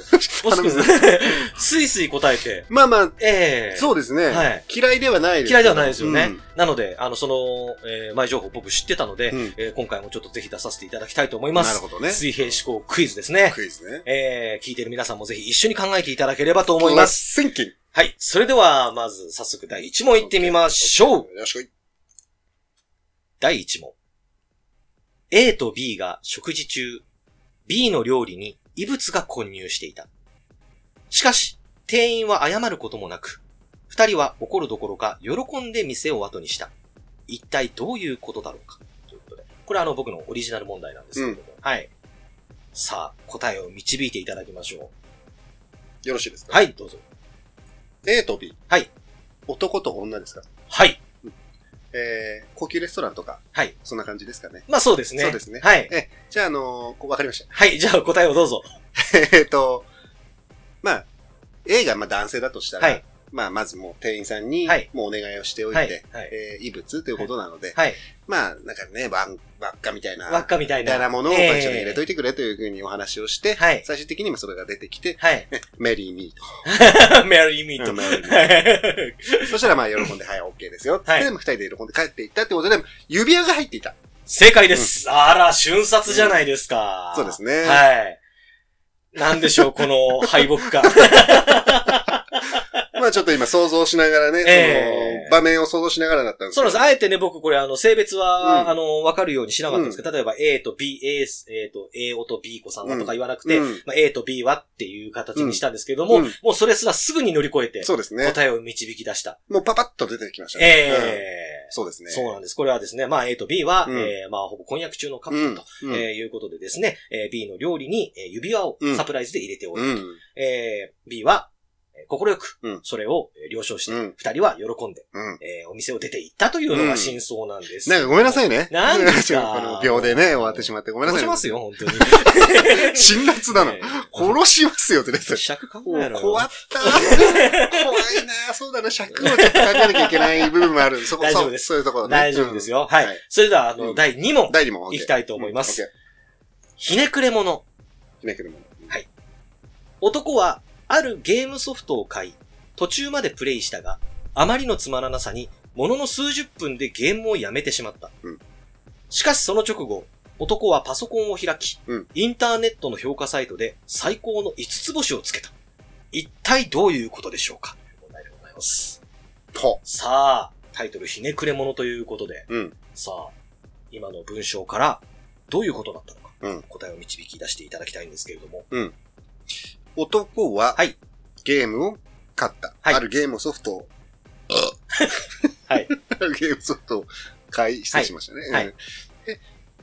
[SPEAKER 1] ボス君、スイスイ答えて、
[SPEAKER 2] まあまあ、
[SPEAKER 1] ええ
[SPEAKER 2] そうですね。
[SPEAKER 1] はい
[SPEAKER 2] 嫌いではないです。
[SPEAKER 1] 嫌いではないですよね。
[SPEAKER 2] うん
[SPEAKER 1] なので、あの、その、えー前情報僕知ってたので、
[SPEAKER 2] うん
[SPEAKER 1] えー今回もちょっとぜひ出させていただきたいと思いま
[SPEAKER 2] な
[SPEAKER 1] す。
[SPEAKER 2] るほどね。
[SPEAKER 1] 水平思考クイズですね。
[SPEAKER 2] クイズね。
[SPEAKER 1] えー聞いてる皆さんもぜひ一緒に考えていただければと思います。
[SPEAKER 2] す。シンキン。
[SPEAKER 1] はい。それでは、まず早速第1問いってみましょう。
[SPEAKER 2] よろしく。
[SPEAKER 1] 第1問。A と B が食事中、B の料理に異物が混入していた。しかし、店員は謝ることもなく、二人は怒るどころか喜んで店を後にした。一体どういうことだろうかということで。これはあの僕のオリジナル問題なんですけれども。はい。さあ、答えを導いていただきましょ
[SPEAKER 2] よろしいです
[SPEAKER 1] う。
[SPEAKER 2] か
[SPEAKER 1] はい、どうぞ。
[SPEAKER 2] ?A と B。
[SPEAKER 1] はい。
[SPEAKER 2] 男と女ですか
[SPEAKER 1] はい。
[SPEAKER 2] えー、高級レストランとか、
[SPEAKER 1] はい。
[SPEAKER 2] そんな感じですかね。
[SPEAKER 1] まあそうですね。
[SPEAKER 2] そうですね
[SPEAKER 1] はい。
[SPEAKER 2] え、じゃあ、あのーこわかりました。
[SPEAKER 1] はい、じゃあ答えをどうぞ。
[SPEAKER 2] えっと、まあ、A がまあ男性だとしたら、
[SPEAKER 1] はい
[SPEAKER 2] まあ、まずもう店員さんに
[SPEAKER 1] はい、
[SPEAKER 2] もうお願いをしておいて、
[SPEAKER 1] はい。はい。
[SPEAKER 2] えー異物ということなので、
[SPEAKER 1] はい。
[SPEAKER 2] まあ、なんかね、ばんばっかみたいな、
[SPEAKER 1] 輪っかみたい
[SPEAKER 2] みたい
[SPEAKER 1] な。
[SPEAKER 2] なものを
[SPEAKER 1] ええ
[SPEAKER 2] 会社に入れといてくれというふうにお話をして、
[SPEAKER 1] はい
[SPEAKER 2] 最終的にもそれが出てきて、
[SPEAKER 1] はい。
[SPEAKER 2] メリーミーと。
[SPEAKER 1] メリーミート。
[SPEAKER 2] うん marry me
[SPEAKER 1] はい
[SPEAKER 2] そしたらまあ喜んで、はい、OK ですよ。
[SPEAKER 1] はい
[SPEAKER 2] で、まあ二人で喜んで帰っていったってことで、指輪が入っていた。
[SPEAKER 1] 正解です。あら、瞬殺じゃないですか。
[SPEAKER 2] そうですね
[SPEAKER 1] はい。なんでしょう、この敗北 感。
[SPEAKER 2] まあちょっと今想像しながらね、
[SPEAKER 1] ええ
[SPEAKER 2] その場面を想像しながらだったんです
[SPEAKER 1] そうなんです。あえてね、僕これ、あの、性別は、
[SPEAKER 2] うん
[SPEAKER 1] あの、わかるようにしなかったんですけど、例えば A と B、A、えーと、A おと B 子さんはとか言わなくて、
[SPEAKER 2] うん
[SPEAKER 1] まあ、A と B はっていう形にしたんですけども、
[SPEAKER 2] うん
[SPEAKER 1] もうそれすらすぐに乗り越えて、
[SPEAKER 2] そうですね。
[SPEAKER 1] 答えを導き出した。
[SPEAKER 2] もうパパッと出てきましたね。
[SPEAKER 1] え
[SPEAKER 2] うん
[SPEAKER 1] え
[SPEAKER 2] そうですね。
[SPEAKER 1] そうなんです。これはですね、まあ A と B は、
[SPEAKER 2] うん
[SPEAKER 1] えーまあほぼ婚約中のカップ
[SPEAKER 2] う
[SPEAKER 1] ル
[SPEAKER 2] ん
[SPEAKER 1] と
[SPEAKER 2] うん
[SPEAKER 1] えーいうことでですね、えー B の料理に、えー指輪を
[SPEAKER 2] うん
[SPEAKER 1] サプライズで入れてお
[SPEAKER 2] う
[SPEAKER 1] る。
[SPEAKER 2] ん。
[SPEAKER 1] えー B は、えー快く
[SPEAKER 2] うん、
[SPEAKER 1] それをえー了承して、
[SPEAKER 2] う
[SPEAKER 1] 二、
[SPEAKER 2] ん
[SPEAKER 1] 人は喜んで、
[SPEAKER 2] うん。
[SPEAKER 1] えーお店を出て行ったというのが真相なんです。
[SPEAKER 2] なんかごめんなさいね。
[SPEAKER 1] なんですか
[SPEAKER 2] この秒でね、終わってしまって。ごめんな
[SPEAKER 1] 殺し
[SPEAKER 2] さい、
[SPEAKER 1] ま
[SPEAKER 2] ね。
[SPEAKER 1] すよ、本当に。
[SPEAKER 2] 辛辣だな。
[SPEAKER 1] え
[SPEAKER 2] 殺しますよって出てた
[SPEAKER 1] ー。尺考えろよ。
[SPEAKER 2] 怖った。怖いな。そうだな。尺をちょっと考えなきゃいけない部分もある。そこ、
[SPEAKER 1] 大丈
[SPEAKER 2] そ
[SPEAKER 1] 夫
[SPEAKER 2] う
[SPEAKER 1] です
[SPEAKER 2] そういうところね。
[SPEAKER 1] 大丈夫です
[SPEAKER 2] よ。
[SPEAKER 1] よ。はい、
[SPEAKER 2] はい
[SPEAKER 1] それでは、あの、
[SPEAKER 2] うん
[SPEAKER 1] 第2問、
[SPEAKER 2] 大丈夫。
[SPEAKER 1] いき
[SPEAKER 2] い
[SPEAKER 1] たいと思います。。
[SPEAKER 2] うん OK
[SPEAKER 1] ひねくれ者。
[SPEAKER 2] ひねくれもの。
[SPEAKER 1] 男は、あるゲームソフトを買い、途中までプレイしたが、あまりのつまらなさに、ものの数十分でゲームをやめてしまった。
[SPEAKER 2] うん
[SPEAKER 1] しかしその直後、男はパソコンを開き、
[SPEAKER 2] うん
[SPEAKER 1] インターネットの評価サイトで最高の5つ星をつけた。一体どういうことでしょうかという問題でございます。
[SPEAKER 2] ほ
[SPEAKER 1] さあ、タイトルひねくれ者ということで、
[SPEAKER 2] う。うん。
[SPEAKER 1] さあ、今の文章から、どういうことだったのか、
[SPEAKER 2] うん
[SPEAKER 1] 答えを導き出していただきたいんですけれども、
[SPEAKER 2] 男は、
[SPEAKER 1] はい
[SPEAKER 2] ゲームを買った。
[SPEAKER 1] はい
[SPEAKER 2] あるゲームソフトを、
[SPEAKER 1] はい。
[SPEAKER 2] あるゲームソフトを買い、失礼しましたね。
[SPEAKER 1] はい
[SPEAKER 2] うんで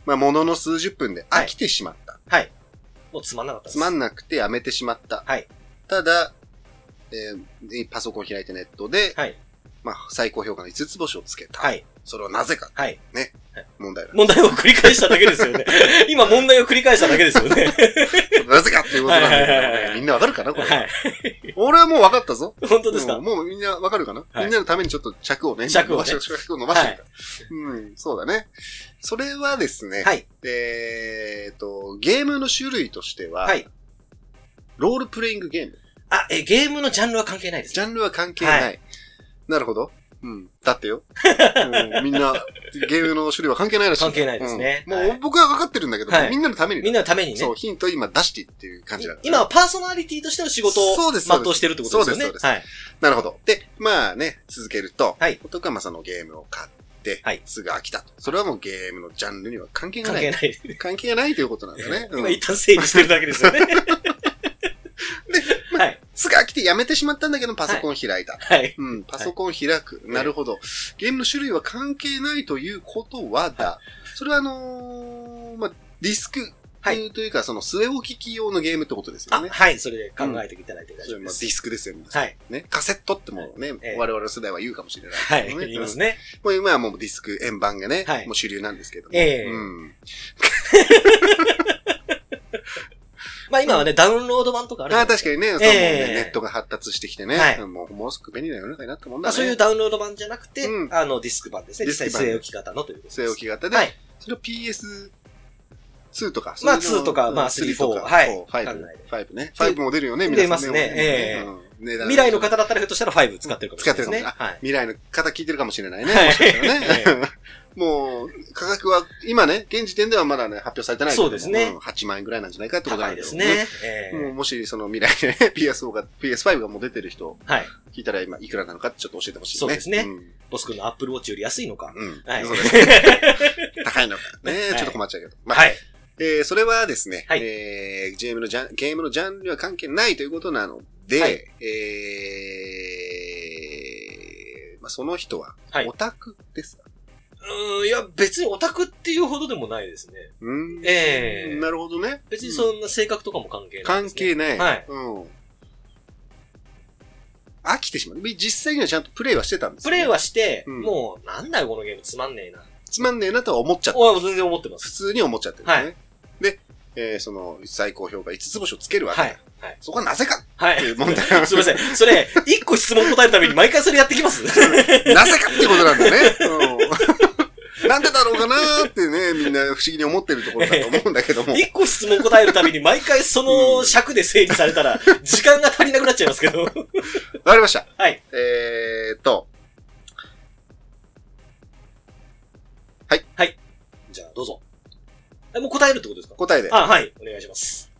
[SPEAKER 2] まあ、ものの数十分で飽きてしまった。
[SPEAKER 1] はい。もうつまんなかったです。
[SPEAKER 2] つまんなくてやめてしまった。
[SPEAKER 1] はい
[SPEAKER 2] ただ、えーパソコン開いてネットで、
[SPEAKER 1] はい
[SPEAKER 2] まあ、最高評価の5つ星をつけた。
[SPEAKER 1] はい。
[SPEAKER 2] それはなぜか、
[SPEAKER 1] はい。
[SPEAKER 2] 問題 なんで
[SPEAKER 1] 問題を繰り返しただけですよ ね。今問題を繰り返しただけですよね。
[SPEAKER 2] す。なぜかっていうことなんだけど
[SPEAKER 1] はいはいはい
[SPEAKER 2] ね
[SPEAKER 1] はい
[SPEAKER 2] みんなわかるかなこれ。
[SPEAKER 1] はい。
[SPEAKER 2] 俺はもうわかったぞ。
[SPEAKER 1] 本当ですか、
[SPEAKER 2] うんもうみんなわかるかな、
[SPEAKER 1] はい
[SPEAKER 2] みんなのためにちょっと尺をね、
[SPEAKER 1] 尺をね
[SPEAKER 2] 伸ばし尺を伸ばしてみた、うん、そうだね。それはですね、
[SPEAKER 1] はい。
[SPEAKER 2] えーっと、ゲームの種類としては、
[SPEAKER 1] はい。
[SPEAKER 2] ロールプレイングゲーム。
[SPEAKER 1] あ、え、ゲームのジャンルは関係ないです
[SPEAKER 2] ジ
[SPEAKER 1] ね。
[SPEAKER 2] ャンルは関係ない。
[SPEAKER 1] は
[SPEAKER 2] なるほど。うん。だってよ。 うんみんな、ゲームの種類は関係ないらしい。
[SPEAKER 1] 関係ないですね
[SPEAKER 2] うんもう、
[SPEAKER 1] はい
[SPEAKER 2] 僕は分かってるんだけど、
[SPEAKER 1] はい
[SPEAKER 2] みんなのために。
[SPEAKER 1] みんなのためにね。
[SPEAKER 2] そう、ヒント今出してっていう感じだから、
[SPEAKER 1] 今はパーソナリティとしての仕事を
[SPEAKER 2] そう
[SPEAKER 1] 全
[SPEAKER 2] ですそうです
[SPEAKER 1] うしてるってことですよね。
[SPEAKER 2] そうです
[SPEAKER 1] はい。
[SPEAKER 2] なるほど。で、まあね、続けると、
[SPEAKER 1] はい
[SPEAKER 2] 男はまあそのゲームを買って、
[SPEAKER 1] はい
[SPEAKER 2] すぐ飽きたと。それはもうゲームのジャンルには関係が
[SPEAKER 1] 関
[SPEAKER 2] な
[SPEAKER 1] 係
[SPEAKER 2] い。
[SPEAKER 1] ない。
[SPEAKER 2] 関係がないということなん だね。うん
[SPEAKER 1] 今一旦整理してるだけですよね。はい。
[SPEAKER 2] すぐ飽きてやめてしまったんだけど、パソコン開いた。
[SPEAKER 1] はい。
[SPEAKER 2] うん、パソコン開く。なるほど。ゲームの種類は関係ないということはだ。それはあのーまあ、ディスク、
[SPEAKER 1] はい
[SPEAKER 2] というか、その据え置き機用のゲームってことです
[SPEAKER 1] あ、
[SPEAKER 2] よね。
[SPEAKER 1] はい。それで考えていただいて大
[SPEAKER 2] そ
[SPEAKER 1] 丈夫
[SPEAKER 2] れ
[SPEAKER 1] で
[SPEAKER 2] はまあディ
[SPEAKER 1] す。
[SPEAKER 2] スクですよ、皆さん
[SPEAKER 1] はい。
[SPEAKER 2] ね。カセットってものをね、
[SPEAKER 1] ええ
[SPEAKER 2] 我々の世代は言うかもしれないけ
[SPEAKER 1] は
[SPEAKER 2] どね、
[SPEAKER 1] い。言います
[SPEAKER 2] うん
[SPEAKER 1] ね。
[SPEAKER 2] もう今はもうディスク、円盤がね、
[SPEAKER 1] はい
[SPEAKER 2] もう主流なんですけども。
[SPEAKER 1] ええ
[SPEAKER 2] うん。
[SPEAKER 1] まあ今はね、ダウンロード版とかある
[SPEAKER 2] ああ、確かにね、そのね
[SPEAKER 1] ええ
[SPEAKER 2] ネットが発達してきてね、
[SPEAKER 1] はい
[SPEAKER 2] もうものすごく便利な世の中になったもん
[SPEAKER 1] まあ、
[SPEAKER 2] だね。
[SPEAKER 1] そういうダウンロード版じゃなくて、
[SPEAKER 2] うん
[SPEAKER 1] あの、ディスク版ですね。
[SPEAKER 2] デ
[SPEAKER 1] 実
[SPEAKER 2] ィス
[SPEAKER 1] 際据
[SPEAKER 2] ク版
[SPEAKER 1] え置き型のということです。
[SPEAKER 2] 据え置き型で、
[SPEAKER 1] はい。
[SPEAKER 2] それを PS2 とか、
[SPEAKER 1] まあ
[SPEAKER 2] そういうの
[SPEAKER 1] 2とか
[SPEAKER 2] うん
[SPEAKER 1] まあ3
[SPEAKER 2] 3とか
[SPEAKER 1] はい
[SPEAKER 2] そう5
[SPEAKER 1] 考えて
[SPEAKER 2] 5ね。5も出るよね、
[SPEAKER 1] 出
[SPEAKER 2] 皆
[SPEAKER 1] ま
[SPEAKER 2] さ
[SPEAKER 1] す
[SPEAKER 2] ん
[SPEAKER 1] ねええ
[SPEAKER 2] うん値段
[SPEAKER 1] 未来の方だったらひょっとしたら5使ってるかもしれないですね。
[SPEAKER 2] 使っ
[SPEAKER 1] はい。
[SPEAKER 2] 未来の方聞いてるかもしれないね。
[SPEAKER 1] はい
[SPEAKER 2] もしかしたら
[SPEAKER 1] え
[SPEAKER 2] ね。もう、価格は、今ね、現時点ではまだね、発表されてないけども
[SPEAKER 1] そうですね
[SPEAKER 2] ん8万円ぐらいなんじゃないかってこと
[SPEAKER 1] 高
[SPEAKER 2] ないん
[SPEAKER 1] ですね。ええ
[SPEAKER 2] もうもし、その未来でね、PS4 が、PS5 がもう出てる人、
[SPEAKER 1] はい。
[SPEAKER 2] 聞いたら今、いくらなのかってちょっと教えてほしいね。
[SPEAKER 1] そうですね
[SPEAKER 2] ん
[SPEAKER 1] ボス君のアップルウォッチより安いのか。
[SPEAKER 2] うん。
[SPEAKER 1] はい。
[SPEAKER 2] そう です高いのか。ね、
[SPEAKER 1] はい
[SPEAKER 2] ちょっと困っちゃうけど。まあ
[SPEAKER 1] はい。
[SPEAKER 2] えーそれはですね、
[SPEAKER 1] はい
[SPEAKER 2] えーゲームのジャン、ゲームのジャンルには関係ないということなので、
[SPEAKER 1] はい
[SPEAKER 2] えーまあ、その人は
[SPEAKER 1] はい、
[SPEAKER 2] オタクですか、
[SPEAKER 1] うーん、いや、別にオタクっていうほどでもないですね。
[SPEAKER 2] うーん
[SPEAKER 1] ええ
[SPEAKER 2] なるほどね。
[SPEAKER 1] 別に
[SPEAKER 2] うん
[SPEAKER 1] そんな性格とかも関係ないで
[SPEAKER 2] 関
[SPEAKER 1] す、ね。
[SPEAKER 2] 係ない。
[SPEAKER 1] はい
[SPEAKER 2] うん。飽きてしまう。実際にはちゃんとプレイはしてたんです
[SPEAKER 1] プ
[SPEAKER 2] よ
[SPEAKER 1] レ
[SPEAKER 2] ね、
[SPEAKER 1] イはして、
[SPEAKER 2] うん
[SPEAKER 1] もう、なんだよ、このゲームつまんねえな。
[SPEAKER 2] つまんねえなとは思っちゃった。
[SPEAKER 1] お全然思ってます。
[SPEAKER 2] 普通に思っちゃってるんですね。
[SPEAKER 1] は
[SPEAKER 2] で、えーその最高評価5つ星をつけるわけだ。
[SPEAKER 1] はい。はい。
[SPEAKER 2] そこはなぜか
[SPEAKER 1] は
[SPEAKER 2] っ
[SPEAKER 1] い
[SPEAKER 2] て。いう問題。
[SPEAKER 1] すみません。それ、一個質問答えるために毎回それやってきます
[SPEAKER 2] なぜかってことなんだね。 うんなんでだろうかなーってね、みんな不思議に思ってるところだと思うんだけども。
[SPEAKER 1] 一個質問答えるたびに毎回その尺で整理された ら、時間が足りなくなっちゃいますけど。
[SPEAKER 2] わかりました。
[SPEAKER 1] はい。
[SPEAKER 2] えーっと。
[SPEAKER 1] じゃあ、どうぞ。えもう答えるってことですか
[SPEAKER 2] 答えで。
[SPEAKER 1] あ、はい。お願いします。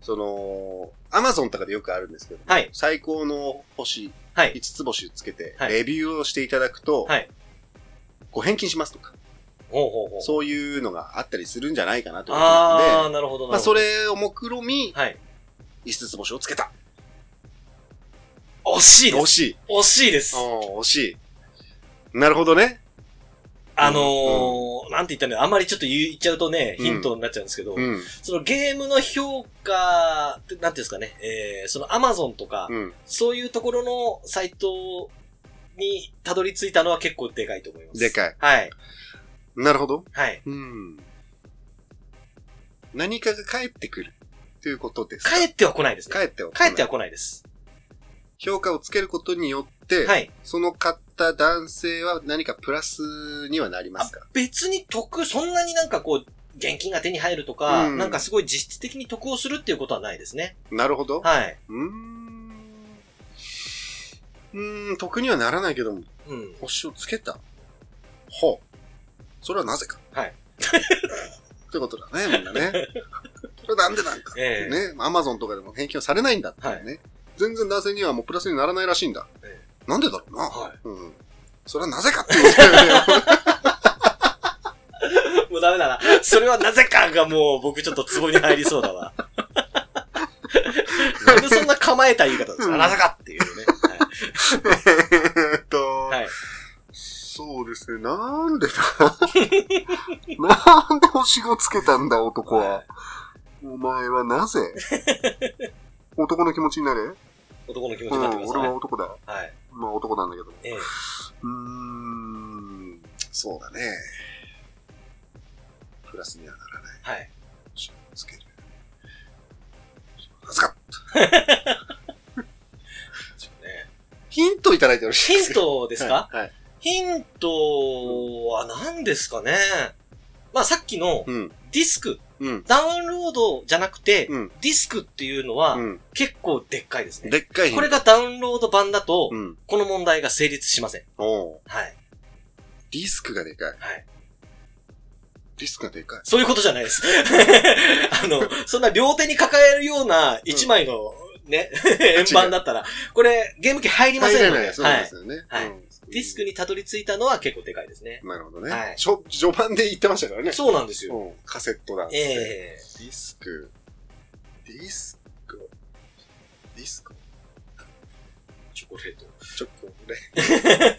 [SPEAKER 2] その、アマゾンとかでよくあるんですけど、
[SPEAKER 1] はい。
[SPEAKER 2] 最高の星、
[SPEAKER 1] はい。
[SPEAKER 2] 5つ星つけて、
[SPEAKER 1] はい
[SPEAKER 2] レビューをしていただくと、
[SPEAKER 1] はい
[SPEAKER 2] ご返金しますとか、
[SPEAKER 1] ほうほうほう。
[SPEAKER 2] そういうのがあったりするんじゃないかなということな
[SPEAKER 1] あ
[SPEAKER 2] んで、
[SPEAKER 1] ー、なるほど、
[SPEAKER 2] ま
[SPEAKER 1] なるほ
[SPEAKER 2] あそ
[SPEAKER 1] ど。
[SPEAKER 2] れを目論み、
[SPEAKER 1] はい。
[SPEAKER 2] 5つ星をつけた。
[SPEAKER 1] 惜しいで
[SPEAKER 2] 惜
[SPEAKER 1] す。
[SPEAKER 2] しい。
[SPEAKER 1] 惜しいです。
[SPEAKER 2] うん惜しい。なるほどね。
[SPEAKER 1] あのー、の、なんて言ったのあんまりちょっと言っちゃうとね、
[SPEAKER 2] うん
[SPEAKER 1] ヒントになっちゃうんですけど、
[SPEAKER 2] うん。
[SPEAKER 1] そのゲームの評価って、なんていうんですかね、えー、その Amazon とか、
[SPEAKER 2] うん。
[SPEAKER 1] そういうところのサイトにたどり着いたのは結構でかいと思います。
[SPEAKER 2] でかい。
[SPEAKER 1] はい。
[SPEAKER 2] なるほど。
[SPEAKER 1] はい。
[SPEAKER 2] うん。何かが返ってくる。ということですか。
[SPEAKER 1] 帰っては来ないですね。
[SPEAKER 2] 返っては来
[SPEAKER 1] 帰
[SPEAKER 2] ない
[SPEAKER 1] っては来ないです。
[SPEAKER 2] 評価をつけることによって、
[SPEAKER 1] はい。
[SPEAKER 2] その買った男性は何かプラスにはなりますか
[SPEAKER 1] 別に得、そんなになんかこう、現金が手に入るとか、
[SPEAKER 2] うん
[SPEAKER 1] なんかすごい実質的に得をするっていうことはないですね。
[SPEAKER 2] なるほど。
[SPEAKER 1] はい。
[SPEAKER 2] うーん。うーん、得にはならないけども、
[SPEAKER 1] うん。
[SPEAKER 2] 星をつけた。ほう。それはなぜか。
[SPEAKER 1] はい。
[SPEAKER 2] ってことだね、みんなね。それなんでなんか。
[SPEAKER 1] ええ
[SPEAKER 2] ね。アマゾンとかでも返金はされないんだっていうね。全然男性にはもうプラスにならないらしいんだ。
[SPEAKER 1] え
[SPEAKER 2] なんでだろうな。
[SPEAKER 1] は
[SPEAKER 2] うん。それはなぜかってことだよね。
[SPEAKER 1] もうダメだな。それはなぜかがもう僕ちょっとツボに入りそうだわ。 なんでそんな構えた言い方です
[SPEAKER 2] う
[SPEAKER 1] か
[SPEAKER 2] ん
[SPEAKER 1] なぜかっていうね。
[SPEAKER 2] えっと、
[SPEAKER 1] はい。はい、
[SPEAKER 2] そうですね。なんでだ なんで星をつけたんだ、男は。お前は なぜ男の気持ちになれうん、
[SPEAKER 1] 男の気持ちになってくだ
[SPEAKER 2] 俺
[SPEAKER 1] さい。
[SPEAKER 2] は男だ。
[SPEAKER 1] はい。
[SPEAKER 2] まあ男なんだけど。
[SPEAKER 1] ええ
[SPEAKER 2] うーん、そうだね。プラスにはならない。
[SPEAKER 1] はい。
[SPEAKER 2] 星をつける。なぜか
[SPEAKER 1] ね
[SPEAKER 2] ヒントいただいてよろしいで
[SPEAKER 1] ヒ
[SPEAKER 2] す
[SPEAKER 1] ン
[SPEAKER 2] か
[SPEAKER 1] トですか、
[SPEAKER 2] はい。はい
[SPEAKER 1] ヒントは何ですかねまあさっきの
[SPEAKER 2] うん。
[SPEAKER 1] ディスク、
[SPEAKER 2] うん。
[SPEAKER 1] ダウンロードじゃなくて、
[SPEAKER 2] うん
[SPEAKER 1] ディスクっていうのは
[SPEAKER 2] うん。
[SPEAKER 1] 結構でっかいですね。
[SPEAKER 2] でっかいヒント。
[SPEAKER 1] これがダウンロード版だと、
[SPEAKER 2] うん。
[SPEAKER 1] この問題が成立しません。
[SPEAKER 2] おう
[SPEAKER 1] はい。
[SPEAKER 2] ディスクがでかい。
[SPEAKER 1] はい。
[SPEAKER 2] ディスクがでかい。
[SPEAKER 1] そういうことじゃないです。 あの、そんな両手に抱えるような一枚のね、円盤だったら、これゲーム機入りませんの
[SPEAKER 2] 入
[SPEAKER 1] で、
[SPEAKER 2] れないそう
[SPEAKER 1] は
[SPEAKER 2] で
[SPEAKER 1] い
[SPEAKER 2] す。よね。
[SPEAKER 1] はい
[SPEAKER 2] うん
[SPEAKER 1] ディスクにたどり着いたのは結構でかいですね。
[SPEAKER 2] なるほどね。
[SPEAKER 1] はい
[SPEAKER 2] しょ序盤で言ってましたからね。
[SPEAKER 1] そうなんですよ。
[SPEAKER 2] うんカセットだっつって。
[SPEAKER 1] ええ
[SPEAKER 2] ディスク。ディスク。ディスク。
[SPEAKER 1] チョコレート。
[SPEAKER 2] チョコレート。デ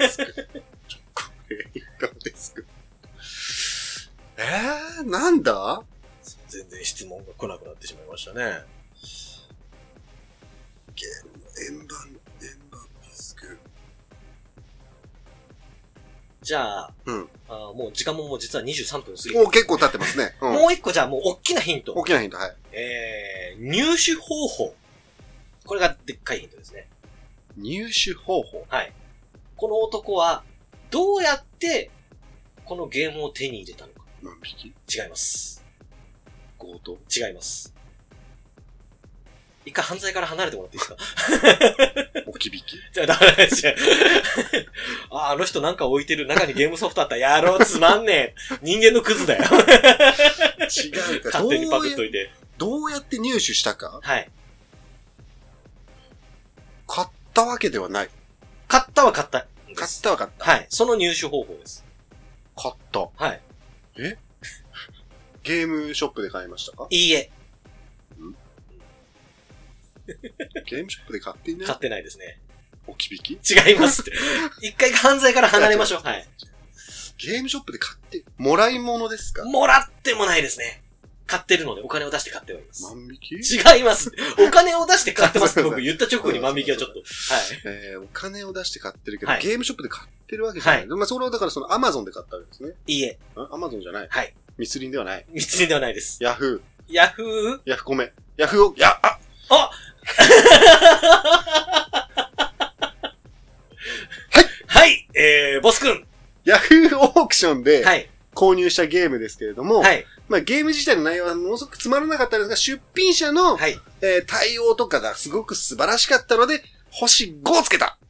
[SPEAKER 2] ィスクチョコレートディスク。えー、なんだ
[SPEAKER 1] 全然質問が来なくなってしまいましたね。
[SPEAKER 2] 円盤、円盤、ディスク。
[SPEAKER 1] じゃあ、
[SPEAKER 2] うん
[SPEAKER 1] あーもう時間ももう実は23分過ぎて
[SPEAKER 2] お、結構経ってますね。うん。
[SPEAKER 1] もう一個じゃあもう大きなヒント
[SPEAKER 2] 大。きなヒント、はい。
[SPEAKER 1] えー、入手方法。これがでっかいヒントですね。
[SPEAKER 2] 入手方法。
[SPEAKER 1] この男は、どうやって、このゲームを手に入れたのか。
[SPEAKER 2] 万引き
[SPEAKER 1] 違います。
[SPEAKER 2] 強盗
[SPEAKER 1] 違います。一回犯罪から離れてもらっていいですか
[SPEAKER 2] 置き引き
[SPEAKER 1] じゃあ、ダメだよ違う あ、あの人なんか置いてる中にゲームソフトあった。やろう、つまんねえ。人間のクズだよ。
[SPEAKER 2] 違うか
[SPEAKER 1] 勝手にパクっといて。
[SPEAKER 2] どうやって入手したか
[SPEAKER 1] はい。
[SPEAKER 2] 買ったわけではない。
[SPEAKER 1] 買ったは買った。
[SPEAKER 2] 買ったは買った。
[SPEAKER 1] はい。その入手方法です。
[SPEAKER 2] 買った。
[SPEAKER 1] はい。
[SPEAKER 2] ゲームショップで買いましたか
[SPEAKER 1] いいえ、
[SPEAKER 2] ゲームショップで買っていな
[SPEAKER 1] 買
[SPEAKER 2] い
[SPEAKER 1] ってないですね。
[SPEAKER 2] 置き引き
[SPEAKER 1] 違い ますって。一回犯罪から離れましょう。はい。
[SPEAKER 2] ゲームショップで買って、もらい物ですか
[SPEAKER 1] もらってもないですね。買ってるので、お金を出して買ってはいます。
[SPEAKER 2] 万引き
[SPEAKER 1] 違います。お金を出して買ってますって 僕言った直後に万引きはちょっと。はい。
[SPEAKER 2] えー、お金を出して買ってるけど、
[SPEAKER 1] はい
[SPEAKER 2] ゲームショップで買ってるわけじゃない。
[SPEAKER 1] はい
[SPEAKER 2] まあ、それはだからそのアマゾンで買ったわけですね。
[SPEAKER 1] いいえ、
[SPEAKER 2] アマゾンじゃない。
[SPEAKER 1] はい。
[SPEAKER 2] ミスリンではない。
[SPEAKER 1] 密林ではないです。
[SPEAKER 2] ヤフ
[SPEAKER 1] ヤフー
[SPEAKER 2] ー、ヤフコメ。ヤフーを、や、あ
[SPEAKER 1] あはいえー、ボス君
[SPEAKER 2] ヤフーオークションで
[SPEAKER 1] はい。
[SPEAKER 2] 購入したゲームですけれども、
[SPEAKER 1] はい。
[SPEAKER 2] まあ、ゲーム自体の内容はものすごくつまらなかったんですが、出品者の、
[SPEAKER 1] はい。
[SPEAKER 2] えー対応とかがすごく素晴らしかったので、星5をつけた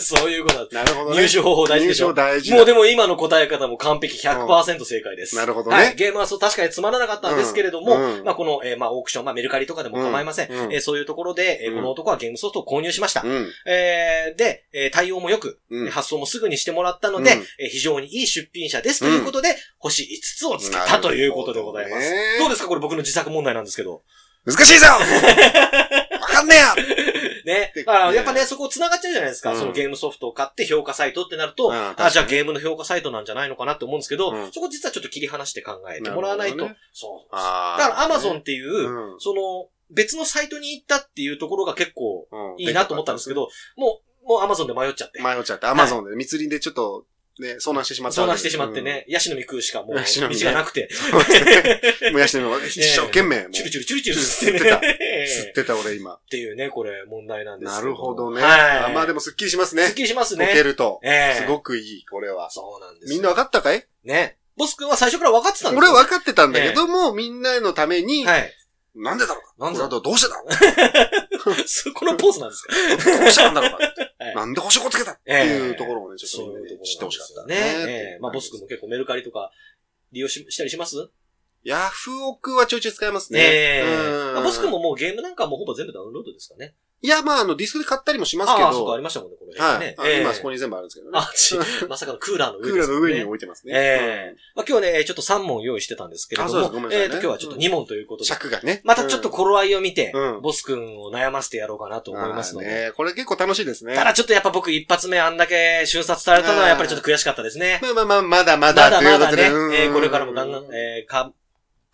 [SPEAKER 1] そういうことだ。
[SPEAKER 2] なるほどね。
[SPEAKER 1] 入手方法大事でし
[SPEAKER 2] 入
[SPEAKER 1] ょ
[SPEAKER 2] 手大事だ
[SPEAKER 1] もうでも今の答え方も完璧100%正解です。
[SPEAKER 2] なるほどね
[SPEAKER 1] はい。ゲームはそう確かにつまらなかったんですけれども、
[SPEAKER 2] うんうん
[SPEAKER 1] まあこの、えーまあオークション、まあメルカリとかでも構いません。
[SPEAKER 2] うんうん
[SPEAKER 1] えーそういうところで、えーこの男はゲームソフトを購入しました。
[SPEAKER 2] うん。
[SPEAKER 1] えーで、えー対応もよく、
[SPEAKER 2] うん。
[SPEAKER 1] 発送もすぐにしてもらったので、
[SPEAKER 2] うん
[SPEAKER 1] えー非常にいい出品者ですということで、星5つをつけたということでございます。ど
[SPEAKER 2] なるほどね
[SPEAKER 1] うですかこれ僕の自作問題なんですけど。
[SPEAKER 2] 難しいぞわかんねえや
[SPEAKER 1] ね
[SPEAKER 2] で。
[SPEAKER 1] だから、やっぱね、そこ繋がっちゃうじゃないですか。
[SPEAKER 2] うん
[SPEAKER 1] そのゲームソフトを買って評価サイトってなると、
[SPEAKER 2] うん確かに
[SPEAKER 1] あ、じゃあゲームの評価サイトなんじゃないのかなって思うんですけど、
[SPEAKER 2] うん
[SPEAKER 1] そこ実はちょっと切り離して考えてもらわないと。
[SPEAKER 2] なるほどね
[SPEAKER 1] そう。だ
[SPEAKER 2] あー
[SPEAKER 1] から、アマゾンっていう、
[SPEAKER 2] うん
[SPEAKER 1] その、別のサイトに行ったっていうところが結構
[SPEAKER 2] うん
[SPEAKER 1] いいなと思ったんですけど、もう、もうアマゾンで迷っちゃって。
[SPEAKER 2] 迷っちゃって、アマゾンで密林でちょっと、ね、遭難してしまった
[SPEAKER 1] 相
[SPEAKER 2] わ
[SPEAKER 1] 談
[SPEAKER 2] けで。
[SPEAKER 1] してしまってね、ヤシの実食うしかもう、
[SPEAKER 2] ヤシ
[SPEAKER 1] 道
[SPEAKER 2] の実ね
[SPEAKER 1] がなくて、
[SPEAKER 2] うん。もやしの実を一生懸命、もう、
[SPEAKER 1] チュルチュ
[SPEAKER 2] 吸
[SPEAKER 1] ルチュルチュル吸
[SPEAKER 2] 吸
[SPEAKER 1] ってね。
[SPEAKER 2] ってた俺今
[SPEAKER 1] っ。ていうね、これ問題なんです
[SPEAKER 2] な
[SPEAKER 1] けど。
[SPEAKER 2] るほどね。
[SPEAKER 1] は
[SPEAKER 2] あ
[SPEAKER 1] い。
[SPEAKER 2] まあでもスッキリします
[SPEAKER 1] すっ
[SPEAKER 2] ね。
[SPEAKER 1] きりします
[SPEAKER 2] 溶け
[SPEAKER 1] ね。
[SPEAKER 2] ると。
[SPEAKER 1] ええ
[SPEAKER 2] すごくいい、これは。
[SPEAKER 1] そうなんです。
[SPEAKER 2] みんな、分かったかい
[SPEAKER 1] ね。ボス君は最初から分かってたんです
[SPEAKER 2] 俺
[SPEAKER 1] よ
[SPEAKER 2] は分かってたんだけども、みんなのために、
[SPEAKER 1] はい。
[SPEAKER 2] なんでだろう
[SPEAKER 1] なんでだろ
[SPEAKER 2] ろうどうしてだろう
[SPEAKER 1] そこのポーズなんですか
[SPEAKER 2] どうしてなんだろうか っ
[SPEAKER 1] はい
[SPEAKER 2] てなんで星子つけたっていうところをね、ちょっとみんなに知ってほしかった
[SPEAKER 1] ね。ええまあ、ボス君
[SPEAKER 2] も。
[SPEAKER 1] も結構メルカリとか利用ししたりします
[SPEAKER 2] ヤフオクはちょいちょい使えますね。
[SPEAKER 1] ええ
[SPEAKER 2] うん
[SPEAKER 1] まあボス君ももうゲームなんかはもうほぼ全部ダウンロードですかね。
[SPEAKER 2] いや、まあ、あの、ディスクで買ったりもしますけ
[SPEAKER 1] ああ、そうか、あ
[SPEAKER 2] ど、
[SPEAKER 1] りましたもんね、これ、ね。
[SPEAKER 2] はい。あの
[SPEAKER 1] ええ
[SPEAKER 2] 今、そこに全部あるんですけどね。
[SPEAKER 1] あ、ち、まさかのクーラーの
[SPEAKER 2] ク
[SPEAKER 1] 上
[SPEAKER 2] ーラーの上に
[SPEAKER 1] ね
[SPEAKER 2] 置いてますね。
[SPEAKER 1] ええまあ、今日ね、ちょっと3問用意してたんですけれども、
[SPEAKER 2] あそうですごめんなさいね
[SPEAKER 1] えっ、と、今日はちょっと2問というこ
[SPEAKER 2] うん
[SPEAKER 1] とで、
[SPEAKER 2] 尺がね。
[SPEAKER 1] またちょっと
[SPEAKER 2] うん
[SPEAKER 1] 頃合いを見て、
[SPEAKER 2] うん
[SPEAKER 1] ボス君を悩ませてやろうかなと思いますので、
[SPEAKER 2] あーね。これ結構楽しいですね。
[SPEAKER 1] ただちょっとやっぱ僕一発目あんだけ瞬殺されたのはやっぱりちょっと悔しかったですね。
[SPEAKER 2] まあまあまあ、まだま
[SPEAKER 1] ま
[SPEAKER 2] だ
[SPEAKER 1] だ
[SPEAKER 2] とい
[SPEAKER 1] ま
[SPEAKER 2] うこ
[SPEAKER 1] だ
[SPEAKER 2] と
[SPEAKER 1] ね
[SPEAKER 2] で。、
[SPEAKER 1] えーこれからもガンガン、
[SPEAKER 2] え
[SPEAKER 1] えーか、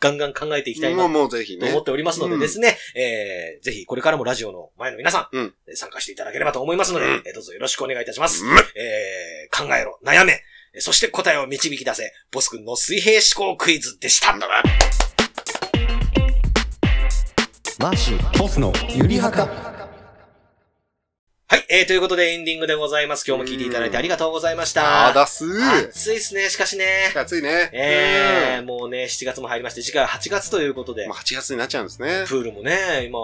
[SPEAKER 1] ガンガン考えていきたいな
[SPEAKER 2] もう
[SPEAKER 1] と
[SPEAKER 2] もうぜひね。
[SPEAKER 1] 思っておりますので
[SPEAKER 2] うん
[SPEAKER 1] ですね、えーぜひこれからもラジオの前の皆さん、
[SPEAKER 2] うん
[SPEAKER 1] えー参加していただければと思いますので、
[SPEAKER 2] うん
[SPEAKER 1] えーどうぞよろしくお願いいたします。
[SPEAKER 2] うん
[SPEAKER 1] えー考えろ、悩め、えーそして答えを導き出せ、ボス君の水平思考クイズでした。
[SPEAKER 3] マーシーボスのゆりはか
[SPEAKER 1] はい、えーということでエンディングでございます。今日も聞いていただいてありがとうございました。
[SPEAKER 2] あーだすー。
[SPEAKER 1] 暑いですね、しかしね。
[SPEAKER 2] 暑いね。
[SPEAKER 1] ええ
[SPEAKER 2] うん
[SPEAKER 1] もうね、7月も入りまして、次回は8月ということで
[SPEAKER 2] もう、8月になっちゃうんですね。
[SPEAKER 1] プールもね、今、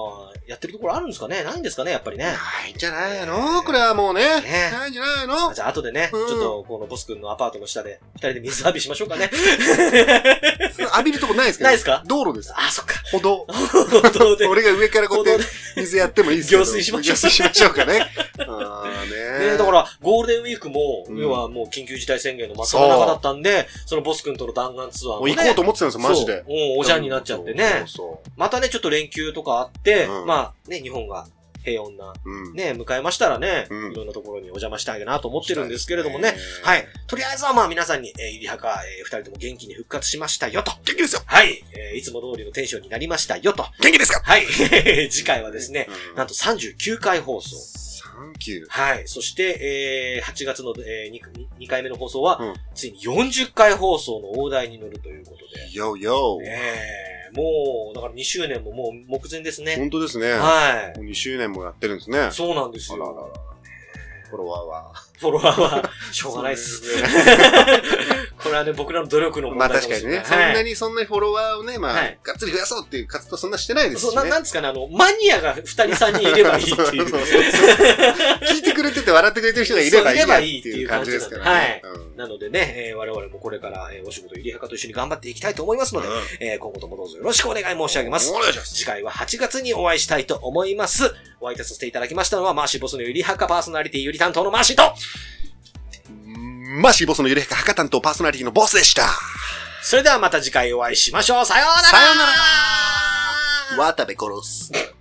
[SPEAKER 1] やってるところあるんですかねないんですかねやっぱりね。
[SPEAKER 2] ないんじゃないのこれはもうね。
[SPEAKER 1] ね
[SPEAKER 2] ないんじゃない の
[SPEAKER 1] じゃあ、後でね、
[SPEAKER 2] うん
[SPEAKER 1] ちょっと、このボス君のアパートの下で、二人で水浴びしましょうかね。
[SPEAKER 2] 浴びるとこないですけど。
[SPEAKER 1] ないですか
[SPEAKER 2] 道路です。
[SPEAKER 1] あ、そっか。
[SPEAKER 2] 歩道。
[SPEAKER 1] 本当で。ね
[SPEAKER 2] 俺が上からこうやって水やってもいいですけど
[SPEAKER 1] 行水しましょう
[SPEAKER 2] 行水しましょうかね。 ああね
[SPEAKER 1] だから、ゴールデンウィークも、
[SPEAKER 2] うん
[SPEAKER 1] 要はもう緊急事態宣言の真っ只中だったんで、そのボス君との弾丸ツアー
[SPEAKER 2] も
[SPEAKER 1] も、
[SPEAKER 2] う
[SPEAKER 1] ね。
[SPEAKER 2] 行こうと思ってたんですよ、マジ
[SPEAKER 1] そう
[SPEAKER 2] で。
[SPEAKER 1] うん、おじゃんになっちゃってね。
[SPEAKER 2] そうそう
[SPEAKER 1] またね、ちょっと連休とかあって、
[SPEAKER 2] うん
[SPEAKER 1] まあ、ね、日本が平穏な
[SPEAKER 2] そう。うん。
[SPEAKER 1] ね、迎えましたらね、
[SPEAKER 2] うん
[SPEAKER 1] いろんなところにお邪魔したいなと思ってるんですけれどもね。
[SPEAKER 2] したいですね
[SPEAKER 1] はい。とりあえずはまあ皆さんに、えー、ゆりはか、えー、二人とも元気に復活しましたよと。
[SPEAKER 2] 元気ですよ
[SPEAKER 1] はい。えーいつも通りのテンションになりましたよと。
[SPEAKER 2] 元気ですか
[SPEAKER 1] はい。 次回はですね、
[SPEAKER 2] うん
[SPEAKER 1] なんと39回放送。
[SPEAKER 2] サンキュー。
[SPEAKER 1] はい。そして、えー8月の、え 2, 回目の放送は、
[SPEAKER 2] うん
[SPEAKER 1] ついに40回放送の大台に乗るということで。
[SPEAKER 2] よよ、
[SPEAKER 1] えー、もう、だから2周年ももう目前ですね。
[SPEAKER 2] 本当ですね。
[SPEAKER 1] はい。
[SPEAKER 2] もう2周年もやってるんですね。あら
[SPEAKER 1] そうなんです
[SPEAKER 2] あらあら
[SPEAKER 1] よ。。
[SPEAKER 2] フォロワーは。
[SPEAKER 1] フォロワーは、しょうがないっ す。
[SPEAKER 2] そうで
[SPEAKER 1] これはね、僕らの努力の問
[SPEAKER 2] まあ
[SPEAKER 1] 題
[SPEAKER 2] 確
[SPEAKER 1] も
[SPEAKER 2] か
[SPEAKER 1] し
[SPEAKER 2] に
[SPEAKER 1] れない
[SPEAKER 2] ね、そんな
[SPEAKER 1] はい
[SPEAKER 2] にそんなにフォロワーをね、まあ、
[SPEAKER 1] はい
[SPEAKER 2] がっつり増やそうっていう活動そんなしてないです
[SPEAKER 1] そう
[SPEAKER 2] しね。
[SPEAKER 1] な、なんですかね、あの、マニアが2人3人いればいいってい
[SPEAKER 2] そう
[SPEAKER 1] う。
[SPEAKER 2] そうそう聞いてくれてて笑ってくれてる人がいればいいやっていう感じですからね。うん
[SPEAKER 1] なのでね、えー我々もこれから、えーお仕事、ゆりはかと一緒に頑張っていきたいと思いますので、えー今後ともどうぞよろしくお願い申し上げます
[SPEAKER 2] お。願いします。
[SPEAKER 1] 次回は8月にお会いしたいと思います。お相手させていただきましたのは、マーシーボスのゆりはかパーソナリティゆり担当のマーシーと、
[SPEAKER 2] マーシーボスのゆるやか博多とパーソナリティのボスでした。
[SPEAKER 1] それではまた次回お会いしましょう。さようなら
[SPEAKER 2] さようなら渡部殺す。